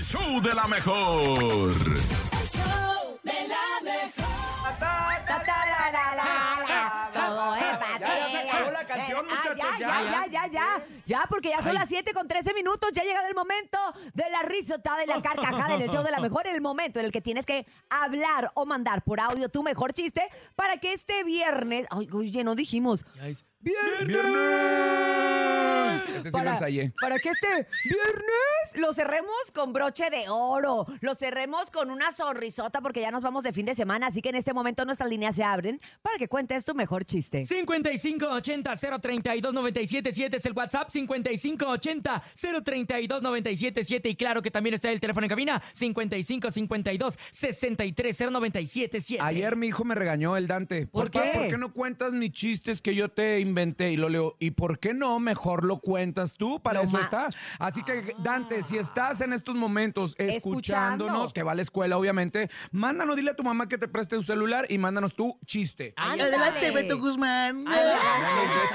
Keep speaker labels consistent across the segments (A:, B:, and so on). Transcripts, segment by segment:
A: show de la mejor.
B: El show de la mejor.
C: Ta, ta, la, la, la, la, todo es
D: Ya, ya se acabó la
C: patera.
D: canción,
C: Ah,
D: muchachos,
C: Ya, ya,
D: ya.
C: ya, ya, ya. Ya, porque ya son las 7 con 13 minutos. Ya ha llegado el momento de la risotada y la carcajada en el show de la mejor. El momento en el que tienes que hablar o mandar por audio tu mejor chiste para que este viernes. Ay, oye, no dijimos. ¡Viernes!
D: Ese sí lo
C: para,
D: ensayé.
C: para que este viernes lo cerremos con broche de oro, lo cerremos con una sonrisota porque ya nos vamos de fin de semana, así que en este momento nuestras líneas se abren para que cuentes tu mejor chiste.
E: 5580-032-977 es el WhatsApp, 5580-032-977 y claro que también está el teléfono en cabina, 5552-630977.
D: Ayer mi hijo me regañó el Dante.
C: ¿Por
D: Papá,
C: qué?
D: ¿Por qué no cuentas mis chistes que yo te inventé? Y lo leo, ¿y por qué no? Mejor lo cuentas tú, para
C: Lo
D: eso
C: ma-
D: está. Así que, Dante, si estás en estos momentos escuchándonos,
C: Escuchando.
D: que va a la escuela, obviamente, mándanos, dile a tu mamá que te preste un celular y mándanos tu chiste.
E: Ah,
C: Ándale.
F: Adelante, Beto Guzmán.
D: Ándale, Beto,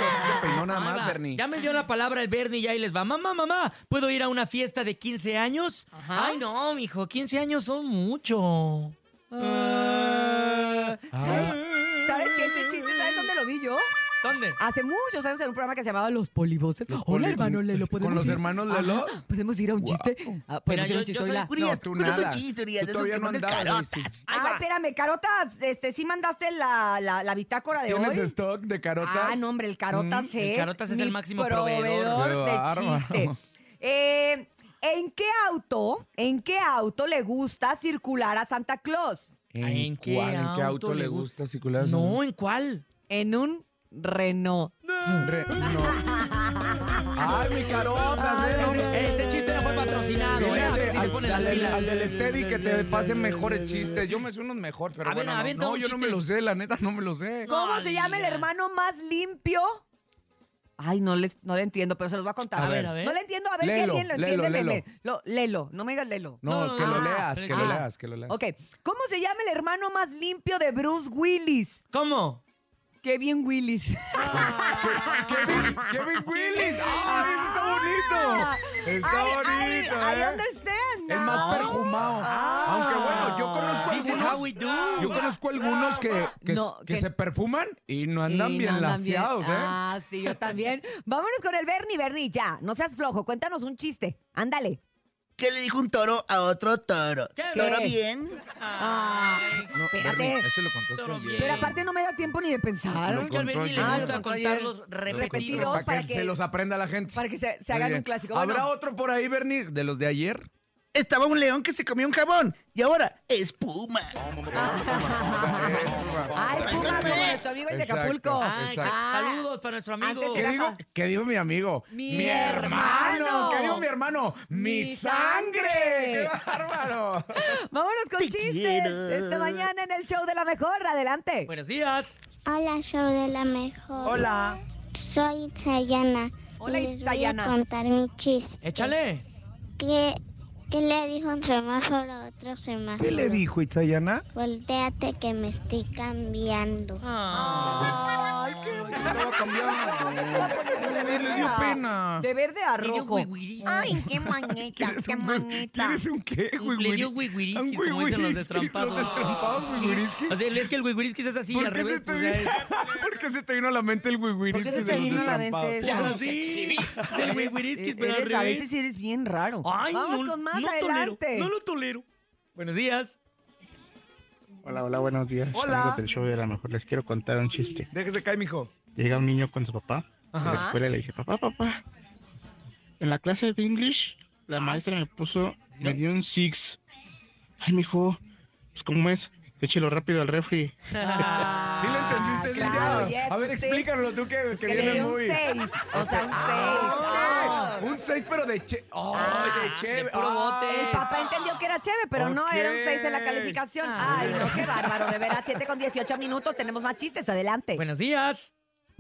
D: así se peinó nada más,
E: Ahí va.
D: Bernie.
E: Ya me dio la palabra el Bernie y ahí les va. Mamá, mamá, ¿puedo ir a una fiesta de 15 años?
C: Ajá.
E: Ay, no, mijo, 15 años son mucho. Ah.
C: ¿Sabes, ¿Sabes qué? Este chiste, ¿sabes dónde lo vi yo?
E: ¿Dónde?
C: Hace muchos años en un programa que se llamaba Los Polivoces. Hola,
D: Poli-
C: hermano Lelo. ¿podemos
D: ¿Con los
C: ir?
D: hermanos Lelo?
C: Ajá, ¿Podemos ir a un chiste? Ah, ¿Podemos
E: Mira,
C: ir a
E: yo-
C: un
E: yo
C: chiste?
E: soy-
C: Hola.
F: Urias,
D: tú
F: cuenta tu
D: nada.
F: chiste, Urias,
D: Tú
F: de esos
D: todavía
F: que
D: no
F: mandan
D: andabas, sí, sí.
F: carotas.
C: Ay, Ah, espérame, Carotas, este, sí mandaste la, la, la bitácora de
D: ¿Tienes
C: hoy.
D: stock de carotas?
C: Ah, no, hombre, el Carotas
D: Mm,
C: es.
E: el Carotas es
C: mi
E: el máximo proveedor.
D: Qué bárbaro.
C: de chiste. Eh, ¿En qué auto, en qué auto le gusta circular a Santa Claus?
E: ¿En qué
D: cuál- en qué
E: auto
D: auto
E: le
D: le
E: gu-
D: gusta circular?
E: No, ¿en cuál?
C: En un Renault.
D: Re- no. Ay, mi carota,
C: Ay,
E: Ese, ese chiste no fue patrocinado,
D: Dile
E: ¿eh? A
D: al,
E: ver si
D: al-
E: se ponen
D: al-
E: las pilas.
D: al del Steady que te pase mejores chistes. Yo me sé unos mejor, pero
E: A ver,
D: bueno, no.
E: avienta
D: no,
E: un
D: yo no me
E: chiste.
D: lo sé, la neta no me lo sé.
E: No
C: ¿Cómo se llama el
E: digas.
C: hermano más limpio? Ay, no le, no le entiendo, pero se los voy a contar.
E: A ver, a ver.
C: No le entiendo, a ver si
D: Lelo,
C: alguien lo
D: lelo,
C: entiende.
D: lelo.
C: meme. Lo- lelo, no me digas Lelo.
D: No,
E: No,
D: que lo
C: ah,
D: leas,
E: pero
D: que
E: es
D: lo
E: que-
D: leas, que lo leas.
C: Ok, ¿cómo se llama el hermano más limpio de Bruce Willis?
E: ¿Cómo?
C: Qué bien Willis.
D: Kevin, Kevin Willis. Ah, ese está bonito. Está
C: I- I-
D: bonito,
C: I,
D: ¿eh?
C: understand.
D: El más
C: now.
D: perfumado.
C: Ah.
D: Aunque bueno, yo conozco
E: Ah. This is how we
D: algunos.
E: do.
D: Yo conozco algunos que, que,
C: No,
D: que
C: que-
D: se perfuman y no andan
C: Sí,
D: bien
C: no andan bien.
D: laseados, ¿eh?
C: Ah, sí, yo también. Vámonos con el Bernie, Bernie, ya. No seas flojo, cuéntanos un chiste. Ándale.
F: ¿Qué le dijo un toro a otro toro?
E: ¿Qué?
F: ¿Toro bien?
C: Ah,
D: No,
C: espérate.
D: Bernie, ese lo contaste
E: Toro
D: ayer.
E: bien.
C: Pero aparte no me da tiempo ni de pensar.
D: Los
E: Es que al Bernie le
D: Ah,
E: gusta
C: los contó
E: contar
C: ayer.
E: los
C: Repetidos.
E: repetidos.
D: Para,
C: para
D: que,
C: que-
D: se los aprenda la gente.
C: Para que se, se
D: Muy
C: hagan
D: bien.
C: un clásico.
D: ¿Habrá
C: Bueno,
D: otro por ahí, Bernie, de los de ayer?
F: Estaba un león que se comió un jabón y ahora espuma.
C: Ah, es Pumas,
F: Entonces-
C: como nuestro amigo el de
D: Exacto,
C: Acapulco.
E: Ay,
D: Exacto.
C: Ah,
E: saludos para nuestro amigo.
C: Antes
D: ¿Qué
C: era-
D: digo? ¿Qué dijo mi amigo?
C: Mi hermano.
D: ¿Qué dijo mi hermano? ¡Mi
C: Mi sangre.
D: sangre! ¡Qué bárbaro!
C: Vámonos con
F: Te
C: chistes.
F: quiero.
C: Esta mañana en el show de la mejor. Adelante.
E: Buenos días.
G: Hola, show de la mejor.
C: Hola.
G: Soy Itzayana.
C: Hola,
G: y les
C: Itzayana.
G: voy a contar mi chiste.
E: Échale.
G: ¿Qué, qué le dijo un semáforo a otro semáforo?
D: ¿Qué le dijo Itzayana?
G: Voltéate que me estoy cambiando.
C: Ah. Ay, qué
D: Estaba cambiando. Ay, Le dio pena.
C: De verde a
E: Le dio
C: rojo.
E: wiwiris.
C: qué manita,
D: ¿Quieres un, güey- ¿Quieres un qué, güey?
E: Le dio wigwiriskis, como dicen los destrampados.
D: Los destrampados, wigwiriskis.
E: O sea, es que el wigwiriskis es así,
D: ¿Por
E: al
D: qué,
E: revés.
D: se te
E: pues,
D: vino,
E: ya es-
D: ¿Por qué se te vino a la mente el
C: ¿Por qué
D: wigwiriskis
C: se
D: de
C: te
D: los
C: vino a la
D: destrampados?
C: mente?
E: Pues
C: eso?
E: así. El wigwiriskis, pero al
C: Eres- a
E: revés.
C: veces eres bien raro.
E: Ay,
C: Vamos
E: no,
C: con más
E: no tolero.
C: adelante.
E: No lo tolero. Buenos días.
H: Hola, hola, buenos días.
D: Hola.
H: Amigos del show de la mejor, les quiero contar un chiste.
D: Déjese caer, mijo.
H: Llega un niño con su papá a la
C: Ajá.
H: escuela y le dije, papá, papá, en la clase de English, la maestra me puso, me dio un six. Ay, mijo, pues ¿cómo es? Échelo rápido al refri.
C: Ah,
D: ¿Sí lo entendiste? sí,
C: claro,
D: ya.
C: yes,
D: a ver,
C: sí.
D: explícalo tú que,
C: Que
D: que
C: le
D: vienes
C: dio un
D: muy...
C: 6. O sea, un 6.
D: Ah, ok. Un 6, pero de che... Oh,
E: Ah,
D: de che...
E: de puro bote.
C: El papá entendió que era chévere, pero no,
D: Ok.
C: era un 6 en la calificación.
E: Ah.
C: Ay, no, qué bárbaro. De veras, 7 con 18 minutos. Tenemos más chistes. Adelante.
E: Buenos días.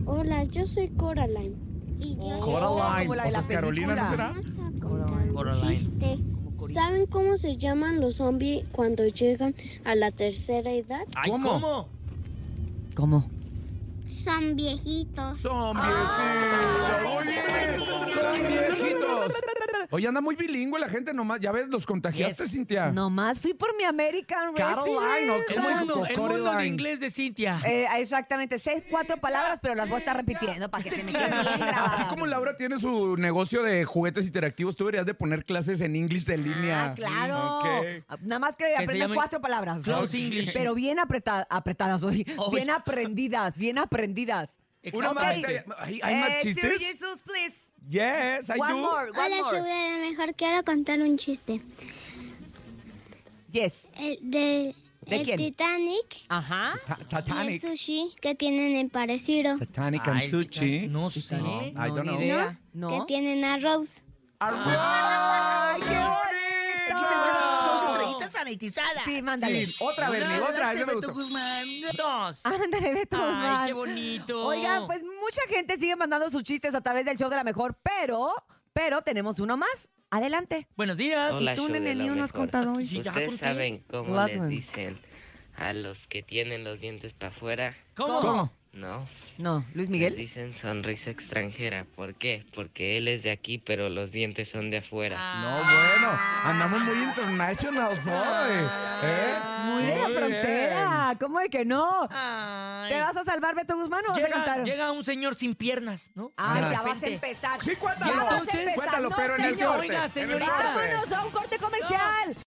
G: Hola, yo soy Coraline. Y yo
C: Oh.
D: Coraline.
C: Como la de
D: O sea,
C: la
D: es Carolina, ¿no
C: película.
D: será?
E: Coraline.
G: ¿Saben cómo se llaman los zombies cuando llegan a la tercera edad?
E: Ay,
D: ¿Cómo?
E: ¿cómo?
C: ¿Cómo?
G: Son viejitos.
C: Ah.
D: Son viejitos. Oye, son viejitos. Oye, anda muy bilingüe la gente nomás. Ya ves, los contagiaste,
E: Yes.
D: Cintia.
C: Nomás fui por mi American
D: Caroline,
C: Reference.
D: ¿o
E: El
D: ¿Cómo
E: mundo,
D: dijo
E: el mundo de
D: Coraline?
E: inglés de Cintia.
C: Eh, exactamente, sé cuatro palabras, pero las voy a estar repitiendo para que se me quede bien grabada.
D: Así como Laura tiene su negocio de juguetes interactivos, tú deberías de poner clases en inglés de línea.
C: Ah, claro.
D: Ok.
C: Nada más que,
E: se
C: aprenda
E: llame
C: cuatro palabras.
E: Close English.
C: Pero bien apreta- apretadas hoy.
E: Oh,
C: Bien
E: ya.
C: aprendidas, bien aprendidas.
D: Una más.
E: Exactamente.
D: ¿Hay, hay más
C: Eh,
D: chistes?
C: Siri Jesus, please.
D: Yes, I
C: One
D: do.
C: more, one
G: Hola,
C: more.
G: Sugar, mejor quiero contar un chiste.
C: Yes.
G: El, de,
C: ¿De
G: el
C: quién?
G: Titanic
C: Ajá.
D: Ta-
G: y el
D: Titanic.
G: sushi que tienen en parecido,
D: Titanic and
E: Ay,
D: sushi.
E: No sé.
D: No, I don't
E: ni
D: know.
E: idea.
G: ¿no? Que
C: No.
G: tienen a Rose.
C: ¡Ay, qué
F: Aquí te van dos
C: bonito!
F: estrellitas sanitizadas.
C: Sí, mándale. Otra vez,
F: Adelante,
C: mi otra.
D: esa me
F: Beto
D: gustó.
F: Guzmán.
E: Dos.
C: Ándale, Beto
E: Ay,
C: Guzmán.
E: qué bonito.
C: Oigan, pues mucha gente sigue mandando sus chistes a través del show de la mejor, pero, pero tenemos uno más. Adelante.
E: Buenos días.
I: Hola,
C: Ah, tú,
I: show de
C: nene,
I: la
C: ni uno has
I: mejor.
C: contado hoy.
E: Ya
I: Ustedes
E: conté.
I: saben cómo
C: Lástima.
I: les dicen a los que tienen los dientes para afuera.
E: ¿Cómo?
D: ¿Cómo?
I: No,
C: No, Luis
I: les
C: Miguel.
I: dicen sonrisa extranjera. ¿Por qué? Porque él es de aquí, pero los dientes son de afuera.
E: Ah.
D: No, bueno. Andamos muy internationals hoy. ¿eh?
C: Muy de la
D: Muy
C: frontera. ¿Cómo de que no?
E: Ay.
C: ¿Te vas a salvar, Beto Guzmán, o vas a
E: llega,
C: contar?
E: llega un señor sin piernas, ¿no?
C: Ay,
E: De
C: ya vas a
E: repente.
C: empezar.
D: Sí,
C: Ya
D: cuéntalo.
C: vas a
E: entonces,
C: empezar.
D: cuéntalo,
C: No,
D: pero en el
C: señor.
D: norte.
E: Oiga,
D: en el
E: señorita.
D: norte.
C: Vámonos a un corte comercial.